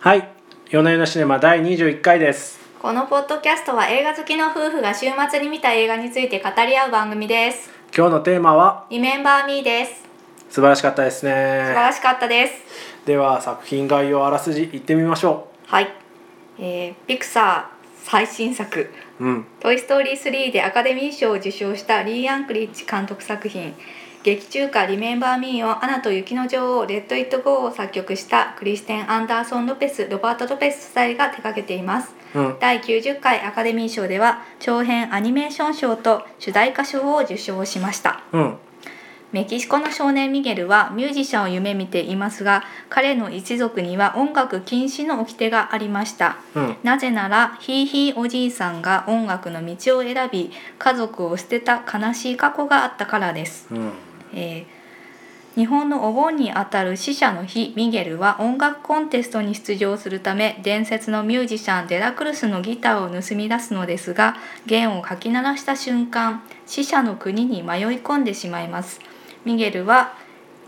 はい夜な夜なシネマ第21回ですこのポッドキャストは映画好きの夫婦が週末に見た映画について語り合う番組です今日のテーマはリメンバーミーです素晴らしかったです素晴ねらしかったですでは作品概要あらすじいってみましょはい、えー、ピクサー最新作ううん「トイ・ストーリー3」でアカデミー賞を受賞したリー・アンクリッチ監督作品劇中歌「リメンバー・ミー」を「アナと雪の女王」「レッド・イット・ゴー」を作曲したクリステン・アンダーソン・ロペスロバート・ロペス夫妻が手掛けていますうん第90回アカデミー賞では長編アニメーション賞と主題歌賞を受賞しましたうんメキシコの少年ミゲルはミュージシャンを夢見ていますが彼の一族には音楽禁止の掟がありましたうんなぜならひいひいおじいさんが音楽の道を選び家族を捨てた悲しい過去があったからです、うんえー日本のお盆にあたる死者の日ミゲルは音楽コンテストに出場するため伝説のミュージシャンデラクルスのギターを盗み出すのですが弦をかき鳴らした瞬間死者の国に迷い込んでしまいますミゲルは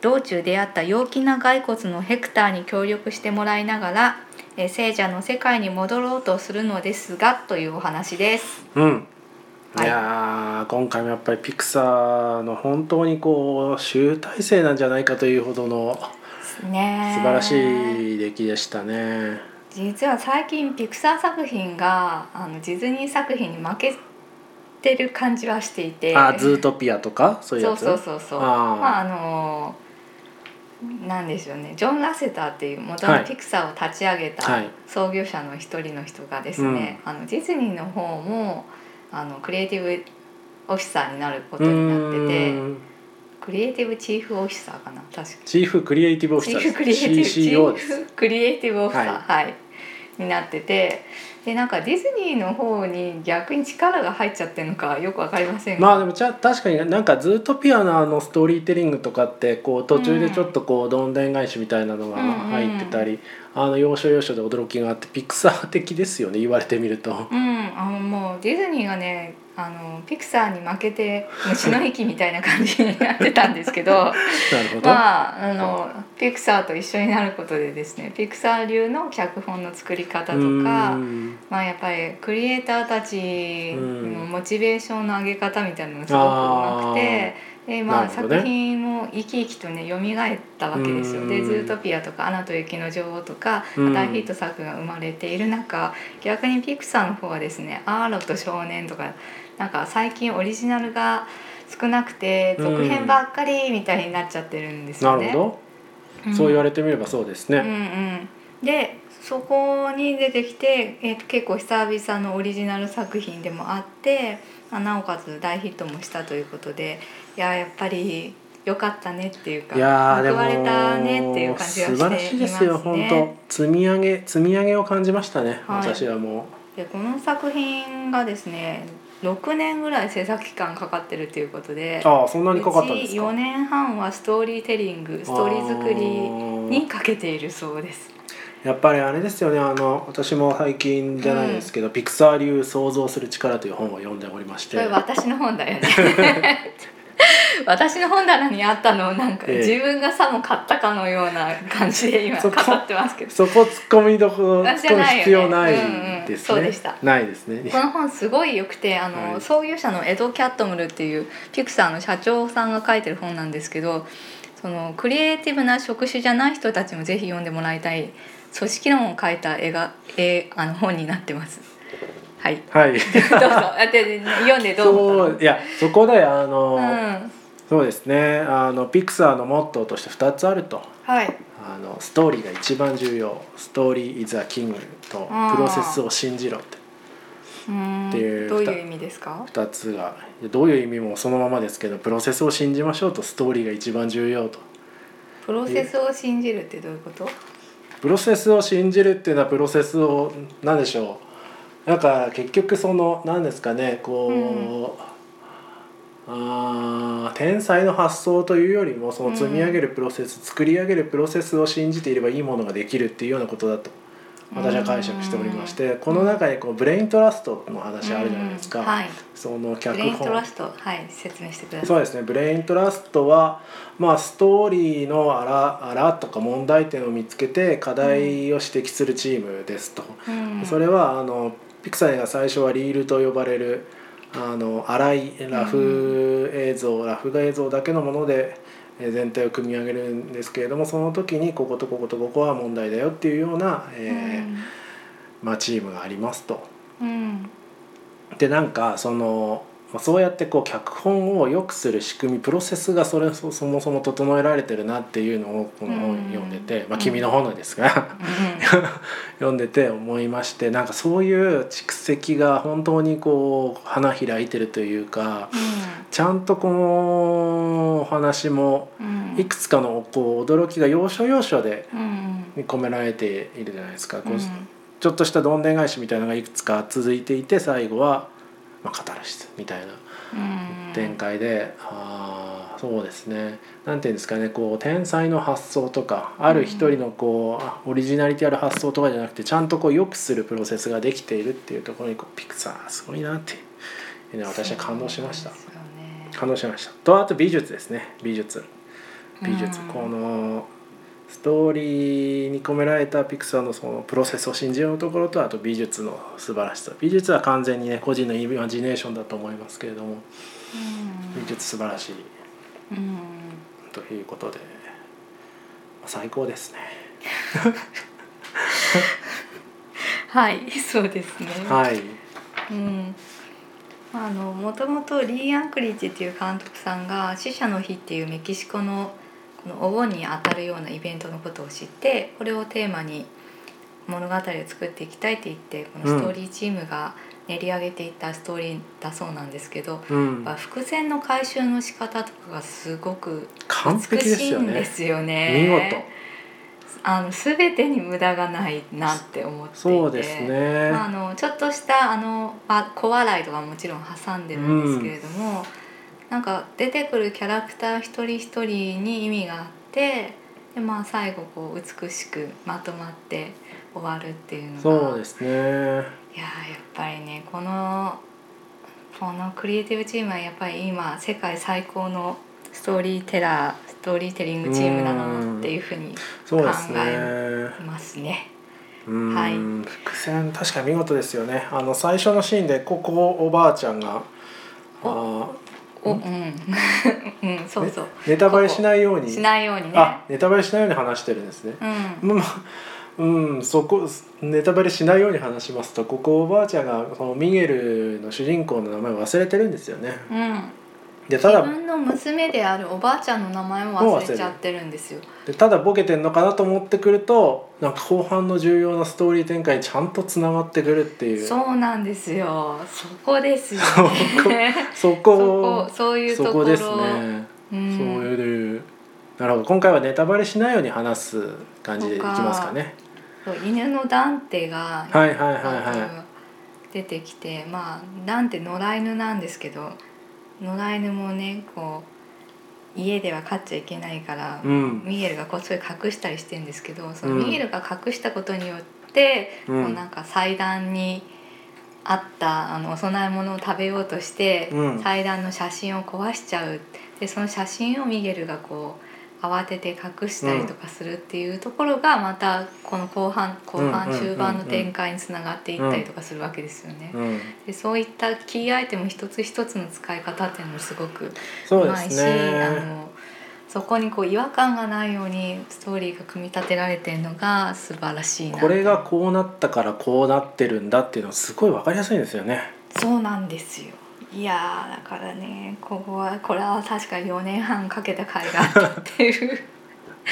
道中出会った陽気な骸骨のヘクターに協力してもらいながらえー聖者の世界に戻ろうとするのですがというお話です。うんいはいやー今回もやっぱりピクサーの本当にこう集大成なんじゃないかというほどの素ね晴らしい出来でしたね。実は最近ピクサー作品があのディズニー作品に負けてる感じはしていてあズートピアとかそういうそやうつそうそうそうあーまああのなんでしょうねジョン・ラセターっていう元はのいピクサーを立ち上げはたい創業者の一人の人がですね、あのディズニーの方もあのクリエイティブオフィサーになることうになっててーんクリエイティブチーフオフィサーかな確かチーフクリエイティブオフィチサーーでフすクリエイティブ CCO で チーすフクリエイティブオフィサー、ははいになっててでなんかディズニーの方に逆に力が入っちゃってるのかよくわかりませんが、まあでもちゃ確かになんかズートピアのあのストーリーテリングとかってこう途中でちょっとこうどんでん返しみたいなのが入ってたり、あの要所要所で驚きがあってピクサー的ですよね言われてみる と。うんあのもうディズニーがねあのピクサーに負けて虫の息みたいな感じになってたんですけどなるほ ど、まああのピクサーと一緒になることでですねピクサー流の脚本の作り方とか。うーんまあやっぱりクリエイターたちのモチベーションの上げ方みたいなのがすごくうまくて、でまなあるほどね作品も生き生きとね蘇ったわけですうよ。んで「ズートピア」とか「アナと雪の女王」とかうん大ヒット作が生まれている中逆にピクサーの方はですね「アーロと少年」とかなんか最近オリジナルが少なくてうん続編ばっかりみたいになっちゃってるんですなよるね。ほど、んそう言われてみればそうですうんね。うん、でそこに出てきて、えー結構久々のオリジナル作品でもあってあなおかつ大ヒットもしたということでいややっぱり良かったねっていうかいやーで報われたねっていうも感じ素晴がらししていいでますすよ本ね。当積み上げ積み上げを感じましたね、はい私はもでこの作品がですね6年ぐらい制作期間かかってるということでう。ああそんなにかかったんですかうち4。年半はストーリーテリングストーリー作りにかけているそうです。やっぱりあれですよねあの私も最近じゃないですけど、ピクサー流想像する力という本を読んでおりましてそれ私の本だよね 私の本棚にあったのをなんかええ自分がさも買ったかのような感じで今そ語こってますけどそこ突っ込みどころ突っ私じ込ゃむないよね必要ないですね、うんうんそうでしたないですねこの本すごい良くてあの、はい創業者のエド・キャットムルっていうピクサーの社長さんが書いてる本なんですけどそのクリエイティブな職種じゃない人たちもぜひ読んでもらいたい組織論を書いた絵が絵あの本になってます。 はい、はいどうぞあでで読んで どう思そっういやそこであの、たのうんそうですねあのピクサーのモットーとして2つあるとはいあのストーリーが一番重要ストーリー・イズ・ア・キングとあープロセスを信じろってうーんっていうどういう意味ですか2つがどういう意味もそのままですけどプロセスを信じましょうとストーリーが一番重要と。プロセスを信じるってどういうことプロセスを信じるっていうのはプロセスを何でしょうなんか結局その何ですかねこう、あー天才の発想というよりもその積み上げるプロセス、作り上げるプロセスを信じていればいいものができるっていうようなことだと私は解釈しておりまして、この中にこうブレイントラストの話あるじゃないですか、うんはい、そのブ脚レイント本ラストはい説明してくださいそうですねブレイントラストは、まあ、ストーリーのあらあらとか問題点を見つけて課題を指摘するチームですと、うんそれはあのピクサーが最初はリールと呼ばれるあの粗いラフ映像、ラフ映像だけのものでえー全体を組み上げるんですけれどもその時にこことこことここは問題だよっていうような、えーまあ、チームがありますと。うんうんでなんかそのまあそうやってこう脚本を良くする仕組みプロセスがそれそそもそも整えられてるなっていうのをこの本読んでて、うんまあ、君の本なんですが。 読んでて思いましてなんかそういう蓄積が本当にこう花開いてるというかちゃんとこのお話もうんうんいくつかのこう驚きが要所要所でうん込められているじゃないですか、こううんちょっとしたどんでん返しみたいなのがいくつか続いていて最後は、まあ、カタルシスみたいなうん展開で、ああそうですねなんていうんですかねこう天才の発想とかある一人のこう、あオリジナリティある発想とかじゃなくてちゃんとこう良くするプロセスができているっていうところにこうピクサーすごいなっていうのは私は感動しましたそうなんですよね感動しましたとあと美術ですね美術美術、うんこのストーリーに込められたピクサーのそのプロセスを信じようところとあと美術の素晴らしさ美術は完全にね個人のイマジネーションだと思いますけれども美術素晴らしいうんうんということで最高ですねはいそうですねはいうんあのもともとリー・アンクリッジっていう監督さんが「死者の日」っていうメキシコのこのお盆にあたるようなイベントのことを知ってこれをテーマに物語を作っていきたいって言ってこのストーリーチームが練り上げていったストーリーだそうなんですけど、うんやっぱ伏線の回収の仕方とかがすごく完美璧でしすいよんでねすよ見ね。事あの全てに無駄がないなって思っていてそうですねまあ、あのちょっとしたあのあ小笑いとかもちろん挟んでるんですけれども、なんか出てくるキャラクター一人一人に意味があってで、まあ、最後こう美しくまとまって終わるっていうのがそうですねいやーやっぱりねこのこのクリエイティブチームはやっぱり今世界最高のストーリーテラーストーリーテリングチームだなっていうふうにそうです考ねいますね。うん、はい伏線確かに見事ですよねあの最初のシーンでここをおばあちゃんがあおーおうんうんそうそう、ネタバレしないようにしないようにねあ。ネタバレしないように話してるんですねうんまあうん、そこネタバレしないように話しますとここおばあちゃんがそのミゲルの主人公の名前を忘れてるんですよね。うん、でた自だ分の娘であるおばあちゃんの名前も忘れちゃってるんですよ。でただボケてんのかなと思ってくるとなんか後半の重要なストーリー展開にちゃんとつながってくるっていうそうなんですよ。そこですよね。そそここそういうそとこころ。ですね、そうん、ういうなるほど今回はネタバレしないように話す感じでいきますかね。そう犬のダンテが、はいはいはいあのは出てきてまあダンテ野良犬なんですけど野良犬もねこう家では飼っちゃいけないから、い。うん、ミゲルがこっそり隠したりしてんですけどそのうんミゲルが隠したことによって、うんこうなんか祭壇にあったあのお供え物を食べようとして、うん祭壇の写真を壊しちゃうでその写真をミゲルがこう慌てて隠したりとかするっていうところがまたこの後半後うんうん半うんうん中盤の展開につながっていったりとかするわけですよね。うん、でそういったキーアイテム一つ一つの使い方っていうのもすごくそううでまいし、すあね。のそこにこう違和感がないようにストーリーが組み立てられてるのが素晴らしいなこれがこうなったからこうなってるんだっていうのすごいわかりやすいんですよね。そうなんですよいやーだからねここはこれは確か4年半かけた回があったっていう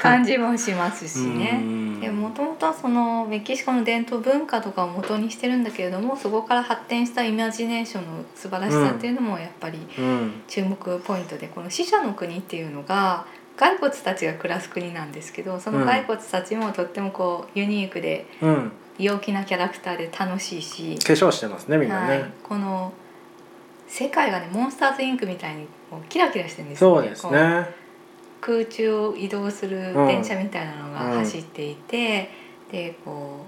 感じもしますしうね。んでもともとはそのメキシコの伝統文化とかを元にしてるんだけれどもそこから発展したイマジネーションの素晴らしさっていうのもやっぱりうん注目ポイントでこの死者の国っていうのが骸骨たちが暮らす国なんですけどその骸骨たちもとってもこうユニークでうん、陽気なキャラクターで楽しいし、化粧してますねみんなはね。い、この世界がねモンスターズインクみたいにこうキラキラしてるんですそようねですね。こう空中を移動する電車みたいなのが走っていて、でこ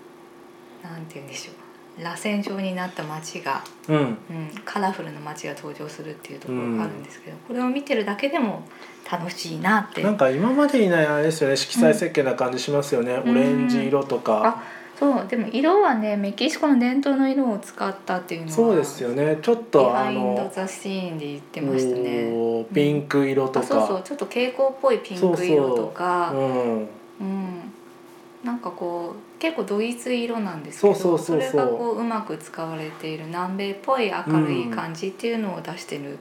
うなんて言うんでしょう螺旋状になった街が、うんうん、カラフルな街が登場するっていうところがあるんですけど、これを見てるだけでも楽しいなってなんか今までにないあれですよね色彩設計な感じしますよね、んオレンジ色とか、そうでも色はねメキシコの伝統の色を使ったっていうのはそうですよねちょっビとハあインド・のザ・シーンで言ってましたね。おーピンク色とあか、そうそうちょっと蛍光っぽいピンク色とかうん、うん、なんかこう結構ドイツ色なんですけどそうそうそうそうれがこううまく使われている南米っぽい明るい感じっていうのを出してる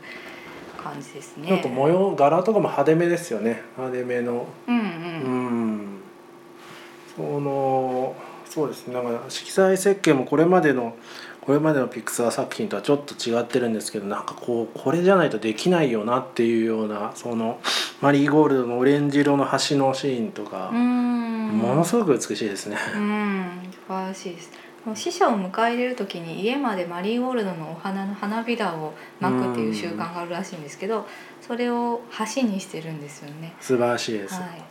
感じですね。なんか模様柄とかも派手めですよね派手めのうんううんんそのそうですねだから色彩設計もこれまでのこれまでのピクサー作品とはちょっと違ってるんですけどなんかこうこれじゃないとできないよなっていうようなそのマリーゴールドのオレンジ色の橋のシーンとかう、んものすごく美しいですね。うん素晴らしいです。もう死者を迎え入れる時に家までマリーゴールドのお花の花びらをまくっていう習慣があるらしいんですけど、それを橋にしてるんですよね。素晴らしいです、はい。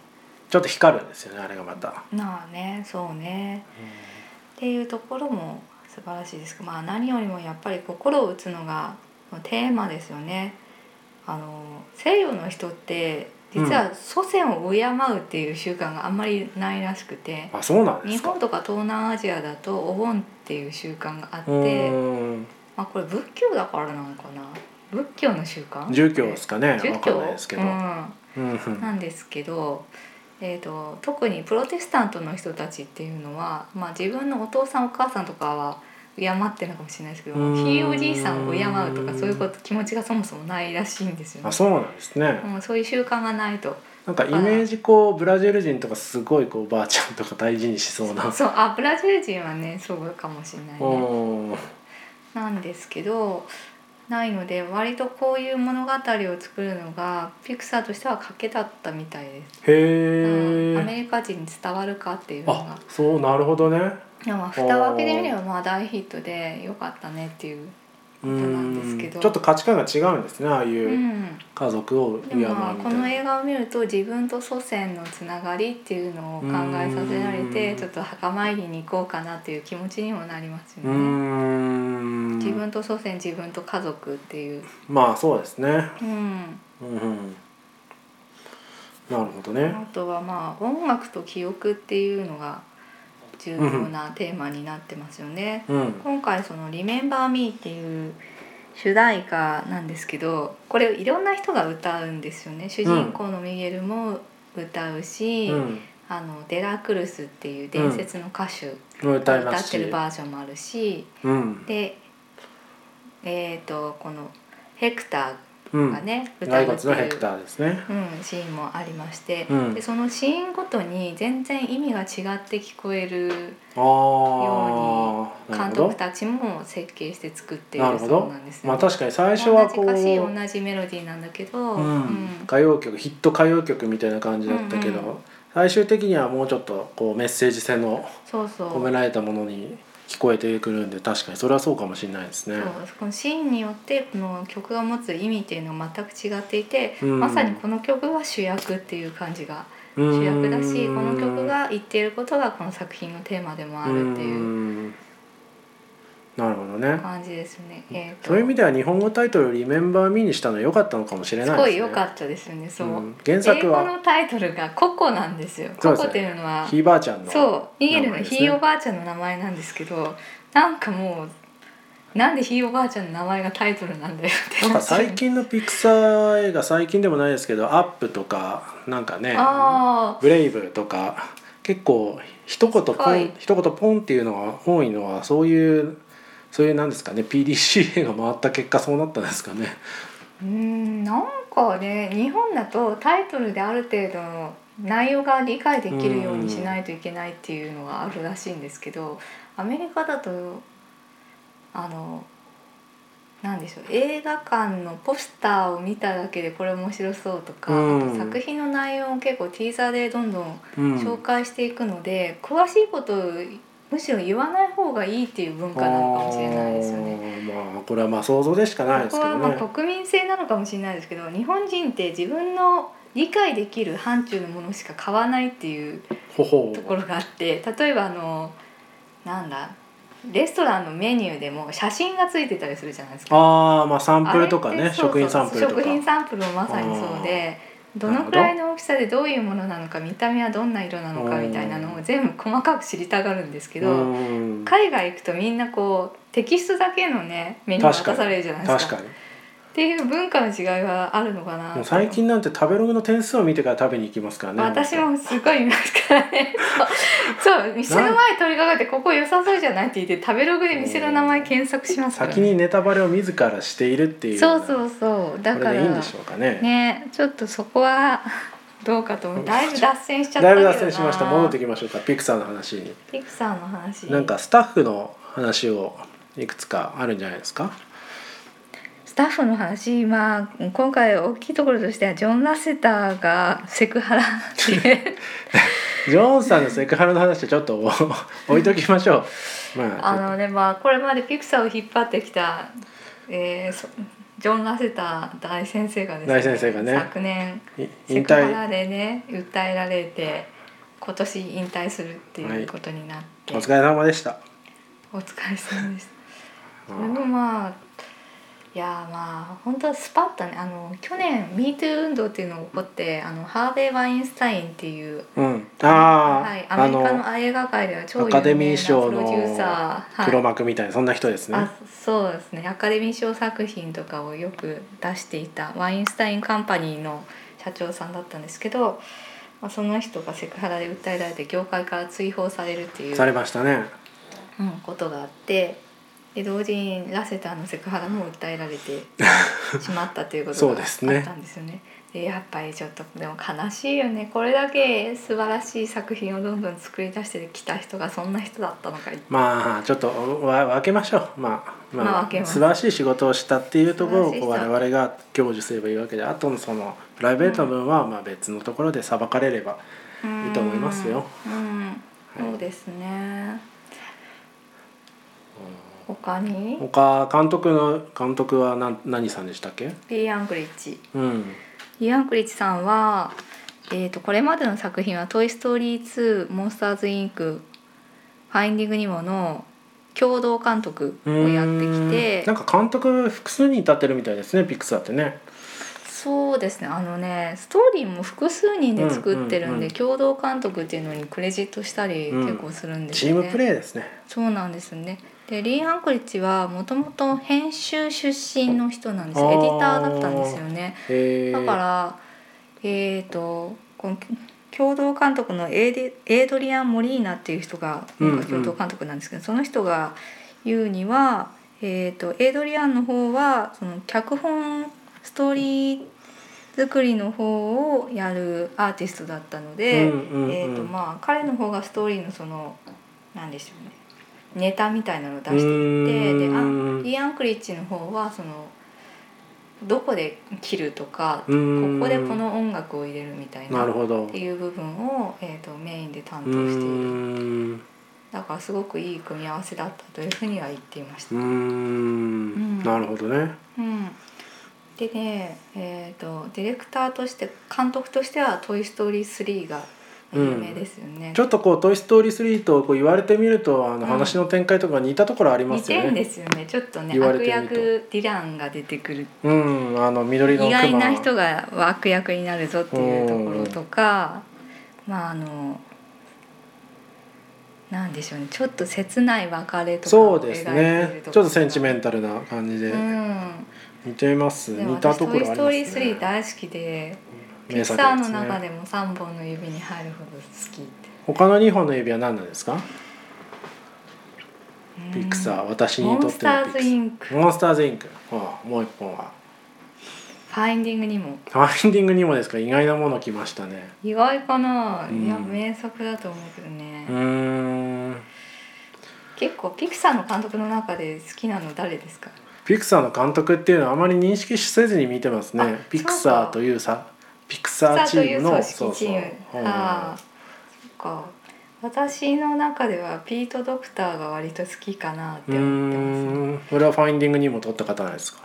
ちょっと光るんですよねあれがまた。なあねそうねっていうところも素晴らしいですけどまあ何よりもやっぱり心を打つのがテーマですよねあの西洋の人って実は祖先を敬うっていう習慣があんまりないらしくて、あそうなんで日すか。本とか東南アジアだとお盆っていう習慣があって、うんまあこれ仏教だからなのかな仏教の習慣住居ですかね儒教わかんないですけど。うんうんうんなんですけど、えー、と特にプロテスタントの人たちっていうのは、まあ、自分のお父さんお母さんとかは敬ってるのかもしれないですけどうんひいおじいさんを敬うとかそういうこと気持ちがそもそもないらしいんですよあね。そうなんですね、うん、そういう習慣がないとなんかイメージこうブラジル人とかすごいこうばあちゃんとか大事にしそうなそうあブラジル人はねそうかもしれないねうんなんですけどないので割とこういう物語を作るのがピクサーとしては賭けだったみたいです、へうんアえメリカ人に伝わるかっていうのがあそうなるほどねでも蓋を開けてみればまあ大ヒットで良かったねっていう、うなんですけんど、ちょっと価値観が違うんですねああいううん家族を敬でうみもたいまあなこの映画を見ると自分と祖先のつながりっていうのを考えさせられうてんちょっと墓参りに行こうかなっていう気持ちにもなりますうよね。ん自分と祖先自分と家族っていう、まあそうですねうん、うんうんなるほどねあとはまあ音楽と記憶っていうのが重要なテーマになってますよね。うん今回その「Remember Me」っていう主題歌なんですけどこれをいろんな人が歌うんですよね主人公のミゲルも歌うし、うんあのデラクルスっていう伝説の歌手歌いがま歌すっしてるバージョンもあるし、うんでえー、とこのヘクタうーがんね、歌骸う骨のっていヘうク。ターですねうん、シーンもありまして、うんでそのシーンごとに全然意味が違って聞こえるああな監るほ督どたちも設計して作っていなるるほそうどなんですよまあ確かに最同初はこうじ歌詞同じメロディーなんだけど、うんうん歌謡曲ヒット歌謡曲みたいな感じだったけど、うんうん最終的にはもうちょっとこうメッセージ性のそうそう込められたものに聞こえてくるんで確かにそれはそうかもしれないですねそう。このシーンによってこの曲が持つ意味っていうのは全く違っていて、うんまさにこの曲が主役っていう感じが主役だし、この曲が言っていることがこの作品のテーマでもあるっていううーんなるほどね。感じですね。えーとそういう意味では日本語タイトルを「リメンバー・ミー」にしたのは良かったのかもしれすないごい良かっったですよね。そう。原英作語はのタイトルがココなんですよ。そうでコすねコっていうのはひいばあちゃんのそうニゲ名ルの前ですねひいおばあちゃんの名前なんですけどなんかもうなんでひいおばあちゃんの名前がタイトルなんだよってなんか最近のピクサー映画最近でもないですけど「アップ」とかなんかねああブレイブとか結構一言ポ短ンい一言ポンっていうのが多いのはそういうそういうなんですかね PDCA が回った結果そうなったんですかね。うーんなんかね日本だとタイトルである程度の内容が理解できるようにしないといけないっていうのがあるらしいんですけどアメリカだとあのなんでしょう映画館のポスターを見ただけでこれ面白そうとか、うんあと作品の内容を結構ティーザーでどんどんうん紹介していくので、詳しいことをむしろ言わない方がいいっていう文化なのかもしれないですよね。あーまあこれはまあ想像でしかないでこすこけどはまねあ。国民性なのかもしれないですけど日本人って自分の理解できる範疇のものしか買わないっていうほほうところがあって例えばあのなんだレストランのメニューでも写真がついてたりするじゃないですかああまあサンプルとかあれっねてそうそう食品サンプルとか食品サンプルもまさにそうでどのくらいの大きさでどういうものなのか見た目はどんな色なのかみたいなのを全部細かく知りたがるんですけどうん海外行くとみんなこうテキストだけのねメニュー確か渡にされるじゃないです確かかにっていう文化の違いはあるのかなもう最近なんて食べログの点数を見てから食べに行きますからね私もすごい見ますからね そうそう店の前通りかかってここ良さそうじゃないって言って食べログで店の名前検索しますから、ね、先にネタバレを自らしているっていうそううそうそうだこかられでいいんでしょうかねねちょっとそこは どうかと思うだいぶ脱線しちゃっただけいぶどな脱線しました戻ってきましょうかピクサーの話にピクサーの話なんかスタッフの話をいくつかあるんじゃないですかスタッフの話まあ今回大きいところとしてはジョン・ラセターが セクハラっていう ジョーンさんのセクハラの話はちょっと お置いときましょうまああのねまあこれまでピクサーを引っ張ってきた、えーそジョン・ラセター大先生がです大先生がね昨年いセ引クハラ退でね訴えられて今年引退するっていうことになって、お疲れ様でしたお疲れ様でしたそれもまあいやまあ本当はスパッとねあの去年 MeToo 運動っていうのが起こってあのハーベイ・ワインスタインっていう、うんああ、はい、あアメリカのの映画界では超有ア名なカプデロデミュー賞のーサー、はい、黒幕みたいなそんな人ですねあそうですねアカデミー賞作品とかをよく出していたワインスタインカンパニーの社長さんだったんですけど、まあ、その人がセクハラで訴えられて業界から追放されるっていうされましたねうん、ことがあってで同時にラセターのセクハラも訴えられてしまったというこ とそがあうったんでですすねよね。でやっぱりちょっとでも悲しいよねこれだけ素晴らしい作品をどんどん作り出してきた人がそんな人だったのかいまあちょっとわ分けましょうまあ、まあまあ分けます素晴らしい仕事をしたっていうところを素晴こうらしい我人々が享受すればいいわけであとのそのプライベートの分はまあ別のところで裁かれれば、いいと思いますようん、はいそうですね他に他監督の監督は何何さんでしたっけリー・アンクリッチうんリー・アンクリッチさんは、えー、とこれまでの作品は「トイ・ストーリー2」「モンスターズ・インク」「ファインディング・ニモ」の共同監督をやってきてなんか監督複数人立ってるみたいですねピクサーってねそうですねあのねストーリーも複数人で作ってるんで、うんうんうん共同監督っていうのにクレジットしたりうん結構するんですチよーね。ムプレーですねそうなんですねでリー・アンクリッチはもともと編集出身の人なんですエあデーィターだったんですよね。へえだから、えー、とこの共同監督のエイデエイドリアン・モリーナっていう人がうんうんなんか共同監督なんですけど、その人が言うには、えー、とエイドリアンの方はその脚本ストーリー作りの方をやるアーティストだったのうで、んうんうんえーとまあ、彼の方がストーリーのそのなんでしょうねネタみたいなのを出していってうであーんリー・アンクリッチの方はそのどこで切るとかうーんここでこの音楽を入れるみたいななるほどっていう部分を、えー、とメインで担当うしていーるんだからすごくいい組み合わせだったというふうには言っていましうた。ーんうんなるほどねうん、でね、えー、とディレクターとして監督としては「トイ・ストーリー3」が有名ですよね。ちょっとこう「トイ・ストーリー3」とこう言われてみるとあの話の展開とか似たところありま似すてよるんでね。すよねちょっとね言われて悪みると役ディランが出てくるうん、あの緑の意外な人がが悪役になるぞっていうところとか、まああのなんでしょうねちょっと切ない別れとかそうですねちょっとセンチメンンタルな感じでトうん似てます、でも似た私「とトこイ・ろあスりトーまリーすね3」大好きでピ名クサ作ーでのす中ねでも3本の指に入るほど好きって他の2本の指は何なんですかうんピクサー私にモとンっスてのタピークズ・サイーンク」「フモンスターズインクああもう1本はァインディング」にもファインディングにもですか意外なもの来ましたね意外かな、うんいや名作だと思うけどね、うーん結構ピクサーの監督の中で好きなの誰ですかピクサーの監督っていうのはあまり認識せずに見てますあねピクサーというさピクサさーあチといーうムの組織チームそうそうああそっか私の中ではピート・ドクターが割と好きかなってう思ってますねーんこれはファインディングにも撮った方なんですか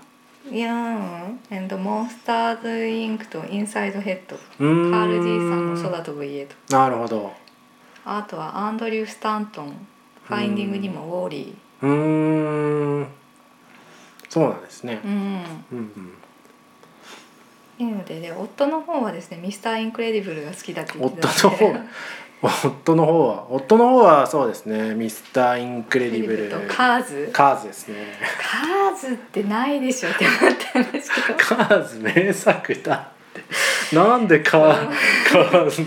いやーエンドモンスターズ・インクとインサイド・ヘッドうーんカール・ディーさんの「空飛ぶ家」となるほどあとはアンドリュー・スタントンファインディングにもウォーリうーんそうなんですねー、うん、うんいいのでで夫の方はですねミスターインクレディブルが好きだってうん、言って夫たのので方夫の方は夫の方はそうですねミスターインクレディブルとカーズカーズですねカーズってないでしょって思ったんですけどカーズ名作だってなんでカーカーズ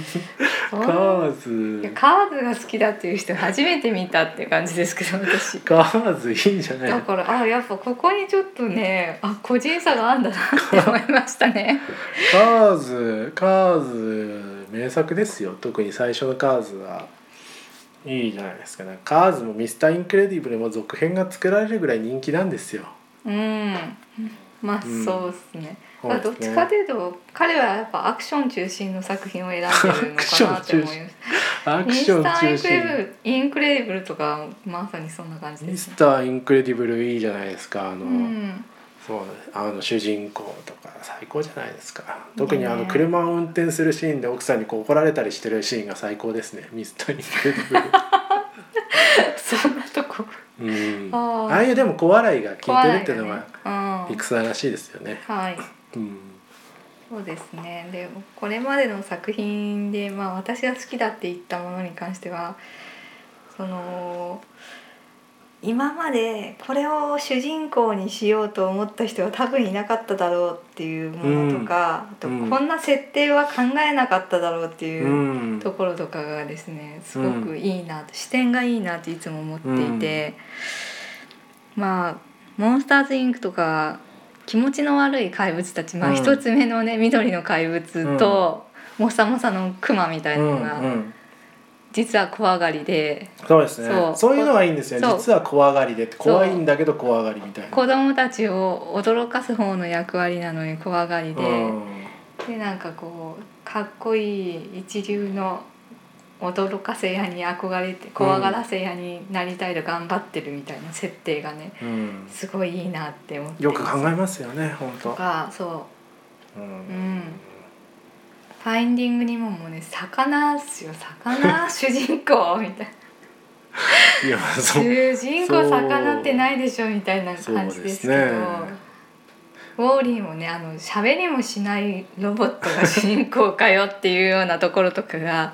カーいやズカーズが好きだっていう人初めて見たっていう感じですけど私カーズいいんじゃないだからあやっぱここにちょっとねあ個人差があんだなって思いましたねカーズカーズ名作ですよ特に最初のカーズはいいじゃないですかねカーズもミスターインクレディブルも続編が作られるぐらい人気なんですようんまあうんそうですね、そうまあですどっねちかというと彼はやっぱアクション中心の作品を選んでるのかなって思いますアミクスションター中インクレディブ心ルインクレディブルとかまさにそんな感じでミすスねターインクレディブルいいじゃないですかあの、うんそうあの主人公とか最高じゃないですか特にあのねえ車を運転するシーンで奥さんにこう怒られたりしてるシーンが最高ですねミスターインクレディブルそんなとこうんあーああいうでも小笑いが効いてるっていうのははピクサーらしいですよね。うん、はいうん、そうですねでこれまでの作品で、まあ、私が好きだって言ったものに関してはその今までこれを主人公にしようと思った人は多分いなかっただろうっていうものとか、あとうん、こんな設定は考えなかっただろうっていううんところとかがですねすごくいいなと、視点がいいなっていつも思っていて、まあ「モンスターズインク」とか気持ちの悪い怪物たち、まあ、うん一つ目のね緑の怪物と、モサモサのクマみたいなのが、うんうん実は怖がりでそうですねそそうういうのがいいんですよそう実は怖がりでって怖いんだけど怖がりみたいな。子供たちを驚かす方の役割なのに怖がりで、うんでなんかこうかっこいい一流の驚かせ屋に憧れて怖がらせ屋になりたいと頑張ってるみたいな設定がねうん、すごいいいなって思ってよく考えますよね本当。とかそうううんん「ファインディング・ニモン」もね魚っすよ魚主人公みたいないや そう主人そ公う魚ってないでしょみたいな感じですけどそうですねウォーリーもねあの喋りもしないロボットが主人公かよっていうようなところとかが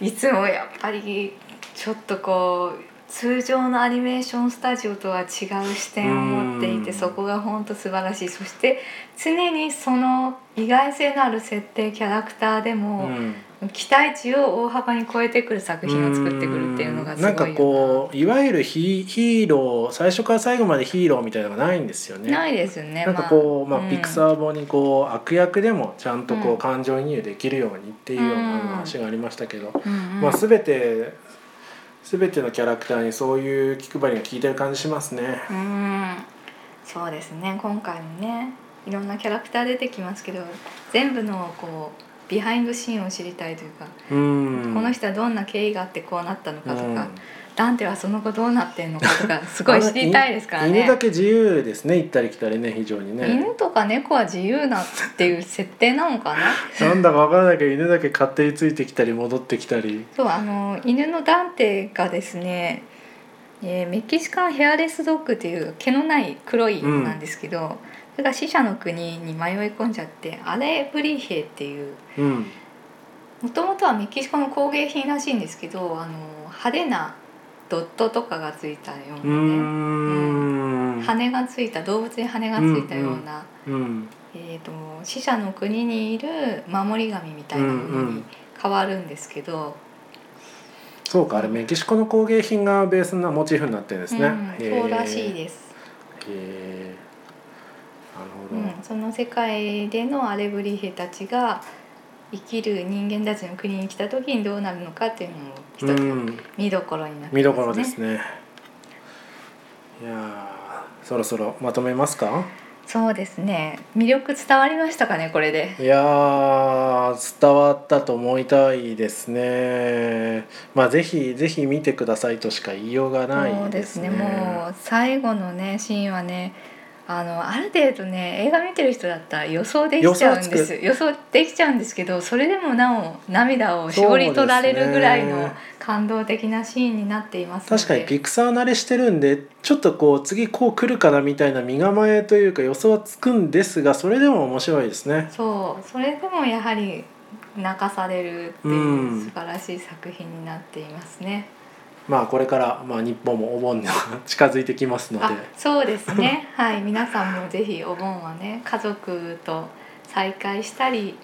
いつもやっぱりちょっとこう通常のアニメーションスタジオとは違う視点を持っていてうんそこが本当素晴らしいそして常にその意外性のある設定キャラクターでうも、ん期待値を大幅に超えてくる作品を作ってくるっていうのがすごいよなんかこういわゆるヒヒーロー最初から最後までヒーローみたいなのがないんですよね。ないですね。なんかこう、まあうんピクサー本にこう悪役でもちゃんとこう、うん感情移入できるようにっていうようなうん話がありましたけど、うんうんまあ、全て全てのキャラクターにそういう気配りが効いてる感じしますね。うんそうですね今回もねいろんなキャラクター出てきますけど全部のこうビハインドシーンを知りたいというか、うん、この人はどんな経緯があってこうなったのかとか、うんダンテはその後どうなってんのかとかすごい知りたいですからあのね。犬だけ自由ですね行ったり来たりね非常にね。犬とか猫は自由なっていう設定なのかななんだかわからないけど犬だけ勝手についてきたり戻ってきたり。そうあの犬のダンテがですね、えーメキシカンヘアレスドッグっていう毛のない黒い犬なんですけど、それが死者の国に迷い込んじゃってアレブリヘっていううんもともとはメキシコの工芸品らしいんですけどあの派手なドットとかがついたよううなね、ん羽がついた動物に羽がついたような、うんえー、と死者の国にいる守り神みたいなものに変わるんですけど。そうかあれメキシコの工芸品がベースなモチーフになってるんですね。うん、そうらしいへです、え。なうるん、その世界でのアレブリーヘたちが生きる人間たちの国に来た時にどうなるのかっていうのも一ほど。うつん、見どころになってますね。見どころですね。いやー、そろそろまとめますか。そうですね。魅力伝わりましたかねこれで。いやー伝わったと思いたいですね。まあぜひぜひ見てくださいとしか言いようがないそうでですすね。ね。もう最後のねシーンはね。あのある程度ね映画見てる人だったら予想できちゃうんです予想できちゃうんですけどそれでもなお涙を絞り取られるぐらいそうですのね感動的なシーンになっていますので確かにピクサー慣れしてるんでちょっとこう次こう来るかなみたいな身構えというか予想はつくんですがそれでも面白いですねそうそれでもやはり泣かされるってういんう素晴らしい作品になっていますね。まあこれから、まあ、日本もお盆が 近づいてきますのであそうですねはい皆さんもぜひお盆はね家族と再会したり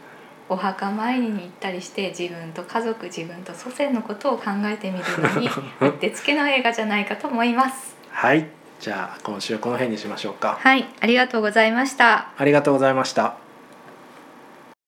お墓参りに行ったりして自分と家族自分と祖先のことを考えてみるのにうってつけの映画じゃないかと思いますはいじゃあ今週はこの辺にしましょうかはいありがとうございましたありがとうございました